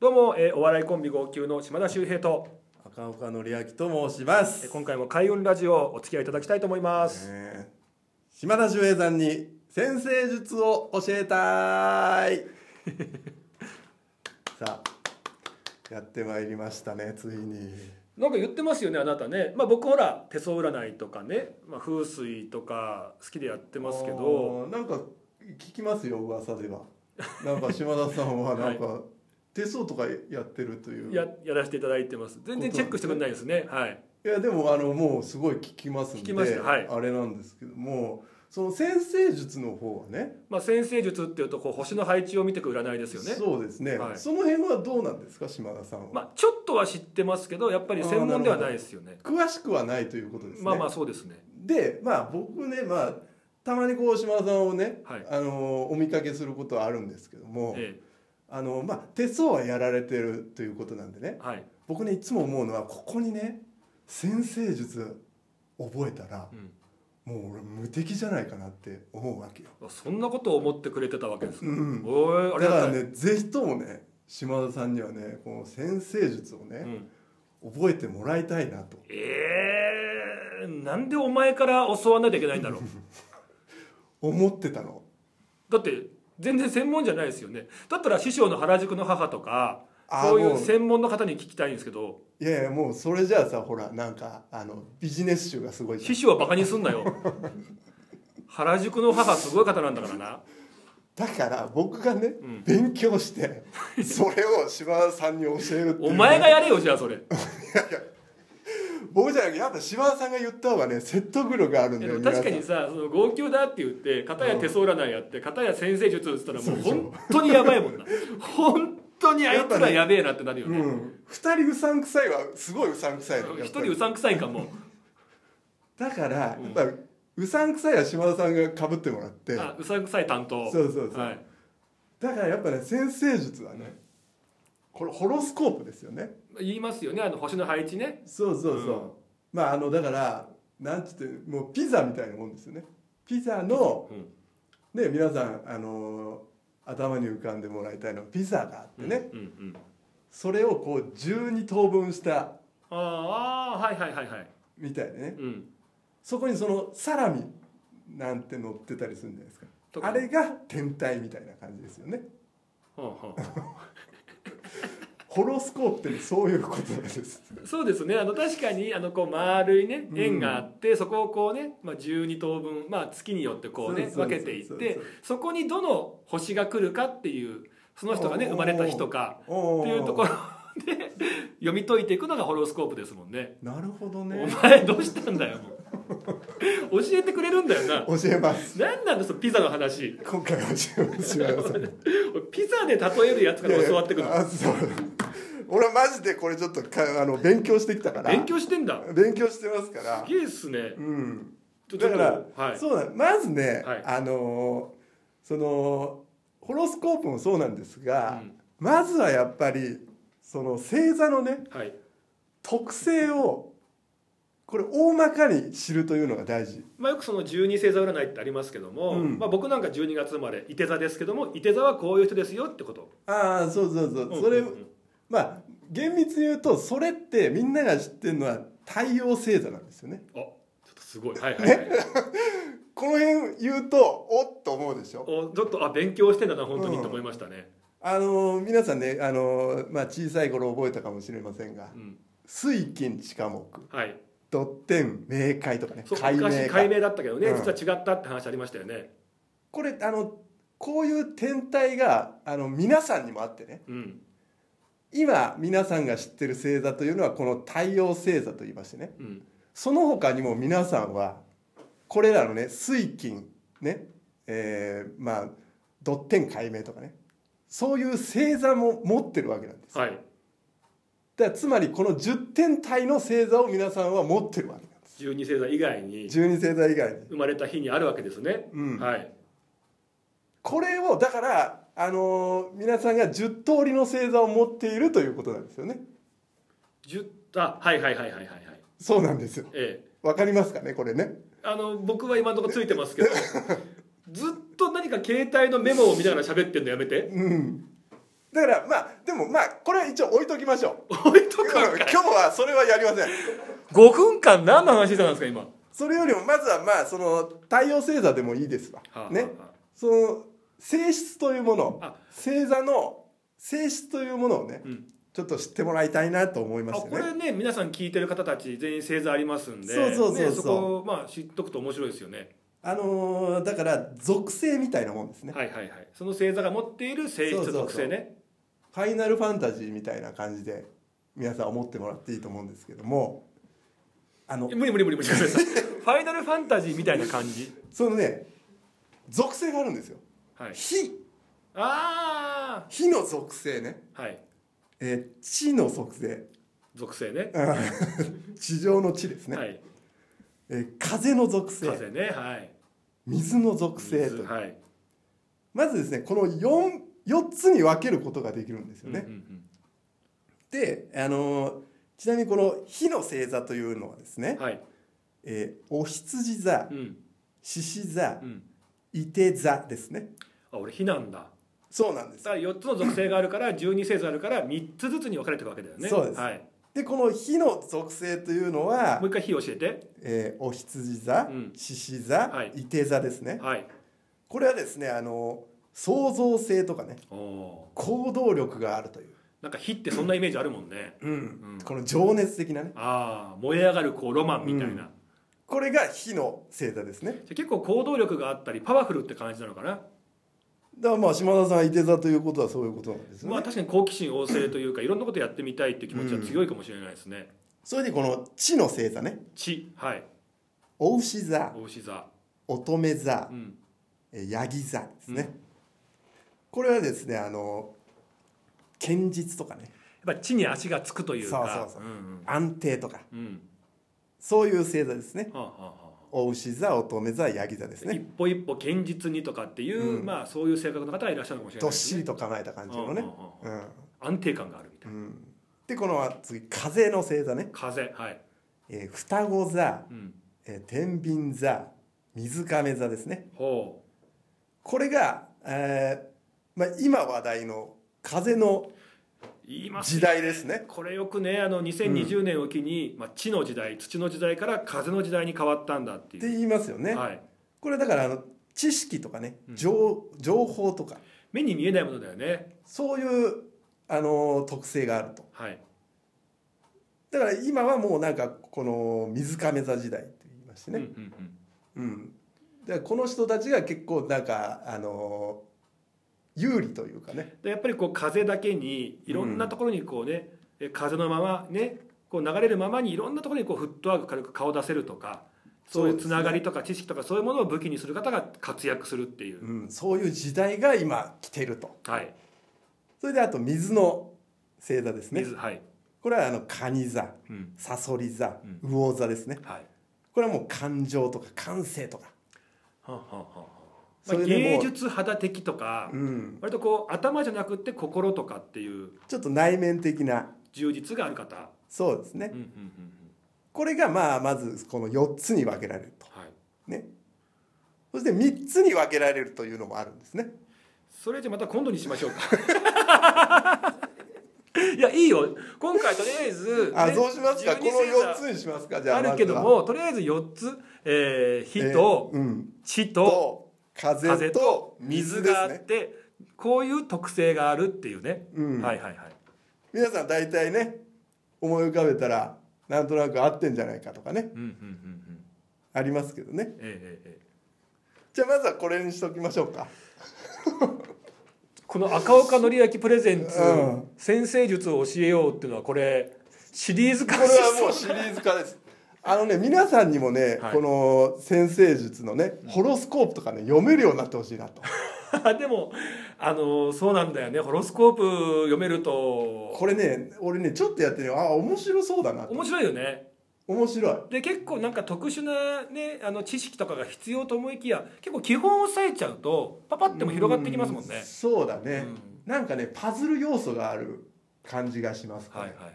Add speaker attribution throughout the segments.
Speaker 1: どうも、えーお笑いコンビ号泣の島田秀平と、
Speaker 2: 赤岡のりあきと申します
Speaker 1: えー今回も開運ラジオお付き合いいただきたいと思います、
Speaker 2: えー島田秀平さんに先生術を教え たいさあやってまいりましたねついに
Speaker 1: なんか言ってますよねあなたね、まあ、僕ほら手相占いとかね、まあ、風水とか好きでやってますけど
Speaker 2: あーなんか聞きますよ噂ではなんか島田さん はなんか、手相とかやってるという
Speaker 1: ややらせていただいてます全然チェックしてくれないですねはい
Speaker 2: いやでもあのもうすごい聞きますんで
Speaker 1: 聞きますはい
Speaker 2: あれなんですけどもその先生術の方はね
Speaker 1: まあ、先生術っていうとこう星の配置を見てく占いですよね
Speaker 2: そうですね、
Speaker 1: はい
Speaker 2: その辺はどうなんですか島田さんは、
Speaker 1: まあ、ちょっとは知ってますけどやっぱり専門ではないですよね
Speaker 2: 詳しくはないということですね、
Speaker 1: まあまあそうですね
Speaker 2: でまあ僕ねまあたまにこう島田さんをね、
Speaker 1: はい
Speaker 2: あのお見かけすることはあるんですけども、
Speaker 1: え
Speaker 2: あのまあ、手相はやられてるということなんでね
Speaker 1: えはい、
Speaker 2: 僕ねいつも思うのはここにね先生術覚えたら
Speaker 1: うん
Speaker 2: もう俺無敵じゃないかなって思うわけよ
Speaker 1: あそんなことを思ってくれてたわけですね、
Speaker 2: うん
Speaker 1: おいあ
Speaker 2: だ
Speaker 1: り
Speaker 2: か
Speaker 1: がた
Speaker 2: ら
Speaker 1: い、
Speaker 2: ねぜひともね島田さんにはねこの先生術を
Speaker 1: う
Speaker 2: ね、
Speaker 1: ん、
Speaker 2: 覚えてもらいたいなと
Speaker 1: ええなんでお前から教わんなきゃいけないんだ ろう
Speaker 2: 思ってたの
Speaker 1: だって全然専門じゃないですよねだったら師匠の原宿の母とか
Speaker 2: あー
Speaker 1: そうい
Speaker 2: も
Speaker 1: う
Speaker 2: う
Speaker 1: 専門の方に聞きたいんですけど
Speaker 2: いやいやもうそれじゃあさほらなんかあのビジネス集がすごいじゃん
Speaker 1: 師匠はバカにすんなよ原宿の母すごい方なんだからな
Speaker 2: だから僕がね、
Speaker 1: うん
Speaker 2: 勉強して それを島田さんに教えるっていうね
Speaker 1: お前がやれよじゃあそれ
Speaker 2: 僕じゃなくてやっぱ島田さんが言った方がね説得力あるんだ
Speaker 1: で
Speaker 2: よ
Speaker 1: も確か
Speaker 2: 皆
Speaker 1: に
Speaker 2: さん
Speaker 1: さその号泣だって言って片や手相占いやって片や先生術打つったらもう本当にやばいもんな 本当にあいつらやべえなってなるよ
Speaker 2: う
Speaker 1: ね
Speaker 2: ん2人うさんくさいはすごいうさんくさいの
Speaker 1: 一
Speaker 2: やっぱ
Speaker 1: 人
Speaker 2: り
Speaker 1: うさんくさいかも
Speaker 2: だからやっぱうさんくさいは島田さんがかぶってもらって
Speaker 1: あうさんくさい担当
Speaker 2: そうそうそう
Speaker 1: はい、
Speaker 2: だからやっぱね先生術はねこれホロスコープですよね
Speaker 1: 言いますよねあの星の配置ね
Speaker 2: そうそうそう、
Speaker 1: うん
Speaker 2: まああのだからなんつってもうピザみたいなもんですよねピザの、ね皆さんあのー頭に浮かんでもらいたいのはピザがあってね、
Speaker 1: うんうん
Speaker 2: それをこう12等分した
Speaker 1: ああはいはいはいはい
Speaker 2: みたいでね
Speaker 1: うん
Speaker 2: そこにそのサラミなんて乗ってたりするんじゃないですか
Speaker 1: とか
Speaker 2: あれが天体みたいな感じですよね
Speaker 1: ほうほう
Speaker 2: ホロスコープってそういうことなんです
Speaker 1: そうですねあの確かにあのこう丸いね円があって、そこをこうね、まあ、12等分、まあ、月によってこうね
Speaker 2: そうそうそう
Speaker 1: 分けていっ
Speaker 2: そう
Speaker 1: て
Speaker 2: そう
Speaker 1: そこにどの星が来るかっていうその人がね
Speaker 2: おー
Speaker 1: 生まれた日とか
Speaker 2: おー
Speaker 1: っていうところで 読み解いていくのがホロスコープですもんね。
Speaker 2: なるほど
Speaker 1: お
Speaker 2: ね
Speaker 1: 前どうしたんだよもう教えてくれるんだよな。
Speaker 2: 教えます
Speaker 1: なんなんだそのピザの話
Speaker 2: 今回は教えます島田さんに
Speaker 1: 俺ピザで例えるやつから教わってくる
Speaker 2: いやいやあそう俺はマジでこれちょっとかあの勉強してきたから
Speaker 1: 勉強してんだ
Speaker 2: 勉強してますから
Speaker 1: すげえっすね
Speaker 2: うん
Speaker 1: ちょ
Speaker 2: だから、
Speaker 1: ちょっとはい
Speaker 2: そうなんまずね、
Speaker 1: はい
Speaker 2: あのーそのホロスコープもそうなんですが、
Speaker 1: うん
Speaker 2: まずはやっぱりその星座のね
Speaker 1: はい
Speaker 2: 特性をこれ大まかに知るというのが大事
Speaker 1: まあ、よくその12星座占いってありますけども、
Speaker 2: うん
Speaker 1: まあ、僕なんか12月生まれいて座ですけどもいて座はこういう人ですよってこと
Speaker 2: ああそうそうそう、それ
Speaker 1: うんうんうん
Speaker 2: まあ厳密に言うとそれってみんなが知ってるのは太陽星座なんですよね
Speaker 1: あちょっとすごいはいはい、はい、
Speaker 2: この辺言うとおっと思うでしょ
Speaker 1: おちょっとあ勉強してんだな本当にと思いましたね、
Speaker 2: あのー皆さんね、あのーまあ、小さい頃覚えたかもしれませんが
Speaker 1: うん
Speaker 2: 「水金地下木」
Speaker 1: はい
Speaker 2: 「ドッテン明快」とかね
Speaker 1: そう
Speaker 2: 解明
Speaker 1: 昔解明だったけどね、
Speaker 2: うん
Speaker 1: 実は違ったって話ありましたよね
Speaker 2: これあのこういう天体があの皆さんにもあってね
Speaker 1: うん
Speaker 2: 今皆さんが知ってる星座というのはこの太陽星座といいましてね
Speaker 1: うん
Speaker 2: その他にも皆さんはこれらのね水金ねえーまあドッテン解明とかねそういう星座も持ってるわけなんです
Speaker 1: はい
Speaker 2: だからつまりこの10天体の星座を皆さんは持ってるわけなんです
Speaker 1: 12星座以外に
Speaker 2: 12星座以外に、
Speaker 1: 生まれた日にあるわけですね、
Speaker 2: うん
Speaker 1: はい
Speaker 2: これをだから、あのー皆さんが10通りの星座を持っているということなんですよね
Speaker 1: 10あはいはいはいはいはいはい
Speaker 2: そうなんですよ
Speaker 1: ええ
Speaker 2: わかりますかねこれね
Speaker 1: あの僕は今のところついてますけど ずっと何か携帯のメモを見ながら喋ってんのやめて
Speaker 2: うんだからまあでもまあこれは一応置いときましょう
Speaker 1: 置いと
Speaker 2: うん今
Speaker 1: くんかい
Speaker 2: 日はそれはやりません
Speaker 1: 5分間何の話してたんですか今
Speaker 2: それよりもまずはまあその太陽星座でもいいですわ、
Speaker 1: はあ
Speaker 2: ね
Speaker 1: はあはあ
Speaker 2: その性質というもの
Speaker 1: あ
Speaker 2: 星座の性質というものをね、
Speaker 1: うん
Speaker 2: ちょっと知ってもらいたいなと思いま
Speaker 1: あ
Speaker 2: すよ
Speaker 1: こ
Speaker 2: ね
Speaker 1: れね皆さん聞いてる方たち全員星座ありますんで
Speaker 2: そうそうそうそう
Speaker 1: ね、そこをまあ知っとくと面白いですよね
Speaker 2: あのーだから属性みたいなもんですね、
Speaker 1: はいはいはいその星座が持っている性質
Speaker 2: そうそうそう
Speaker 1: 特性ね
Speaker 2: ファイナルファンタジーみたいな感じで皆さん思ってもらっていいと思うんですけどもあの
Speaker 1: 無理無理無理無理 ファイナルファンタジーみたいな感じ
Speaker 2: そのね属性があるんですよ
Speaker 1: はい
Speaker 2: 火
Speaker 1: あ
Speaker 2: 火の属性ね、
Speaker 1: あはい
Speaker 2: えー地の属性
Speaker 1: 属性ね
Speaker 2: あー 地上の地ですね、
Speaker 1: はい
Speaker 2: えー風の属性
Speaker 1: 風ねはい
Speaker 2: 水の属性と
Speaker 1: 水はい
Speaker 2: まずですねこの 4, 4つに分けることができるんですよね、
Speaker 1: うんうん
Speaker 2: で、あのーちなみにこの火の星座というのはです
Speaker 1: う
Speaker 2: ね
Speaker 1: ん、はい
Speaker 2: えー、お羊座
Speaker 1: うん
Speaker 2: 獅子座
Speaker 1: うん
Speaker 2: いて座ですね
Speaker 1: あ俺火なんだ
Speaker 2: そうなんです
Speaker 1: だから4つの属性がある から12星座あるから3つずつに分かれてるわけだよね
Speaker 2: そうです
Speaker 1: はい、
Speaker 2: でこの火の属性というのは
Speaker 1: もう、一回火教えて
Speaker 2: えー、お羊座
Speaker 1: うん
Speaker 2: 獅子座、
Speaker 1: はい
Speaker 2: いて座ですね
Speaker 1: はい
Speaker 2: これはですね、あのー創造性とかね
Speaker 1: おお
Speaker 2: 行動力があるという、
Speaker 1: ーなんか火ってそんなイメージあるもんねうん
Speaker 2: この情熱的なね
Speaker 1: ああ燃え上がるこうロマンみたいな、
Speaker 2: うん
Speaker 1: じゃ
Speaker 2: これが火の星座ですね
Speaker 1: あ結構行動力があったりパワフルって感じなのかな、
Speaker 2: だからまあ島田さんいて座ということはそういうことなんですよね、
Speaker 1: まあ確かに好奇心旺盛というかいろんなことやってみたいって気持ちは強いかもしれないですね、
Speaker 2: それでこの地の星座ね
Speaker 1: 地はい
Speaker 2: お牛座
Speaker 1: お牛座
Speaker 2: 乙女座
Speaker 1: うん
Speaker 2: えヤギ座ですね、これはですねあの堅実とかね
Speaker 1: やっぱ地に足がつくというか
Speaker 2: そうそうそうん
Speaker 1: うん
Speaker 2: 安定とか
Speaker 1: うん
Speaker 2: そういう星座ですね
Speaker 1: はあはあはあ
Speaker 2: お牛座乙女座ヤギ座です
Speaker 1: 一
Speaker 2: ね
Speaker 1: 歩一歩堅実にとかっていう、
Speaker 2: うん
Speaker 1: まあそういう性格の方がいらっしゃるかもしれない
Speaker 2: どっ
Speaker 1: で
Speaker 2: し
Speaker 1: す
Speaker 2: り
Speaker 1: ね
Speaker 2: と構えた感じのね
Speaker 1: うん
Speaker 2: うん、
Speaker 1: 安定感があるみた
Speaker 2: う
Speaker 1: いな、
Speaker 2: ん、でこの次風の星座ね、
Speaker 1: 風はい、
Speaker 2: えー双子座、
Speaker 1: うん、
Speaker 2: えー天秤座水亀座ですね
Speaker 1: ほう
Speaker 2: これが、えーまあ、今話題の風の
Speaker 1: 言います
Speaker 2: 時
Speaker 1: よ
Speaker 2: 代ですね
Speaker 1: これよくねあの2020年を機に、まあ、地の時代土の時代から風の時代に変わったんだって
Speaker 2: っ
Speaker 1: い
Speaker 2: て
Speaker 1: う、
Speaker 2: 言いますよね、
Speaker 1: はい、
Speaker 2: これだからあの知識とかね
Speaker 1: うん
Speaker 2: 情情報とか
Speaker 1: 目に見えないものだよね
Speaker 2: そういうあの特性があると
Speaker 1: はい
Speaker 2: だから今はもうなんかこの水亀座時代って言いまして
Speaker 1: うん
Speaker 2: ね、
Speaker 1: うんうん
Speaker 2: うんだからこの人たちが結構なんかあの有利というかね
Speaker 1: でやっぱりこう風だけにいろんなところにこうね、え風のままねこう流れるままにいろんなところにこうフットワーク軽く顔を出せるとかそういうつながりとか知識とかそういうものを武器にする方が活躍するっていう、
Speaker 2: うん、そういう時代が今来てると
Speaker 1: はい
Speaker 2: それであと水の星座ですね
Speaker 1: 水はい、
Speaker 2: これはあの蟹座
Speaker 1: うん
Speaker 2: サソリ座
Speaker 1: うん
Speaker 2: 魚座ですね
Speaker 1: はい
Speaker 2: これはもう感情とか感性とか、
Speaker 1: はあはあはあはあ
Speaker 2: そ
Speaker 1: まあ
Speaker 2: れでもう
Speaker 1: 芸術肌的とか、
Speaker 2: うん、
Speaker 1: 割とこう頭じゃなくて心とかっていう
Speaker 2: ちょっと内面的な
Speaker 1: 充実がある方、
Speaker 2: そうですね
Speaker 1: うんうんうん
Speaker 2: これがまあまずこの4つに分けられると
Speaker 1: うんはい、
Speaker 2: ねそして3つに分けられるというのもあるんですね
Speaker 1: それじゃまた今度にしましょうか いやいいよ今回とりあえ ず、
Speaker 2: あそうしますか
Speaker 1: 12
Speaker 2: この4つにしますか
Speaker 1: 星
Speaker 2: じ
Speaker 1: 座
Speaker 2: ゃあ
Speaker 1: あるけど
Speaker 2: ま
Speaker 1: もとりあえず4つ、えー
Speaker 2: ずは
Speaker 1: 火と
Speaker 2: えーうん、
Speaker 1: 地と
Speaker 2: と風
Speaker 1: 風
Speaker 2: と
Speaker 1: と
Speaker 2: 水
Speaker 1: 水
Speaker 2: で
Speaker 1: があ
Speaker 2: す
Speaker 1: っ
Speaker 2: ね、
Speaker 1: て、こういう特性があるっていうね、
Speaker 2: うん
Speaker 1: はいはいはい
Speaker 2: 皆さん大体ね思い浮かべたらなんとなく合ってんじゃないかとかね
Speaker 1: うんうんうんうん
Speaker 2: ありますけどね
Speaker 1: ええええええ
Speaker 2: じゃあまずはこれにしときましょうか
Speaker 1: この赤岡典明プレゼンツ、
Speaker 2: うん
Speaker 1: 先生術を教えようっていうのはこれシリーズ化
Speaker 2: これはもうシリーズ化ですあのね皆さんにもね、
Speaker 1: はい
Speaker 2: この先生術のねホロスコープとかね読めるようになってほしいなと
Speaker 1: でもあのそうなんだよねホロスコープ読めると
Speaker 2: これね俺ねちょっとやってねあ面白そうだなと
Speaker 1: 面白いよね
Speaker 2: 面白い
Speaker 1: で結構なんか特殊な、ね、あの知識とかが必要と思いきや結構基本を抑えちゃうとパパっても広がってきますもん
Speaker 2: う
Speaker 1: ね
Speaker 2: そうだね、
Speaker 1: う
Speaker 2: なんかねパズル要素がある感じがします、ね
Speaker 1: はいはいはい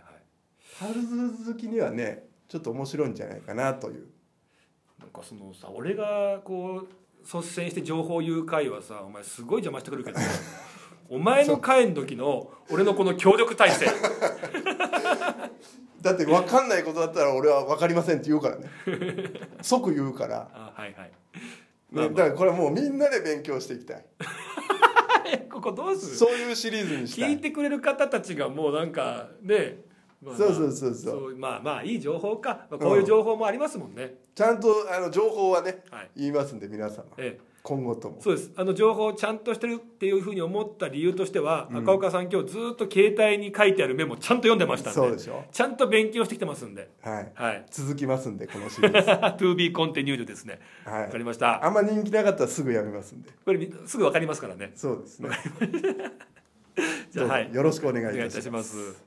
Speaker 2: パズル好きにはねちょっと面白いんじゃないかなという
Speaker 1: なんかそのさ俺 がこう率先して情報誘拐はさお前すごい邪魔してくるけどお前の会の時の俺のこの協力体制
Speaker 2: だって分かんないことだったら俺は分かりませんって言うから ね即言うから、ね
Speaker 1: あはい はいまあまあ
Speaker 2: だからこれはもうみんなで勉強していきたい
Speaker 1: えここどうする
Speaker 2: そういうシリーズにした
Speaker 1: 聞い
Speaker 2: い
Speaker 1: てくれる方たちがもうなんかね、まあまあ
Speaker 2: そうそうそうそう
Speaker 1: まあまあいい情報か、まあ、こういう情報もありますもんね、
Speaker 2: ちゃんとあの情報はね
Speaker 1: はい
Speaker 2: 言いますんで皆様
Speaker 1: ええ
Speaker 2: 今後とも
Speaker 1: そうですあの情報をちゃんとしてるっていうふうに思った理由としては、赤岡さん今日ずっと携帯に書いてあるメモちゃんと読んでましたんで
Speaker 2: そうでしょ
Speaker 1: ちゃんと勉強してきてますんで
Speaker 2: はい
Speaker 1: はい
Speaker 2: 続きますんでこのシリーズ
Speaker 1: To be continued ですね
Speaker 2: は
Speaker 1: わかり
Speaker 2: い
Speaker 1: ました
Speaker 2: あんま人気なかったらすぐやめますんで
Speaker 1: これみすぐわかりますからね
Speaker 2: そうですね
Speaker 1: じゃあ
Speaker 2: どうぞ
Speaker 1: はい
Speaker 2: よろしくお願い
Speaker 1: お
Speaker 2: い
Speaker 1: 願い
Speaker 2: た
Speaker 1: いた
Speaker 2: し
Speaker 1: し
Speaker 2: ま
Speaker 1: ますす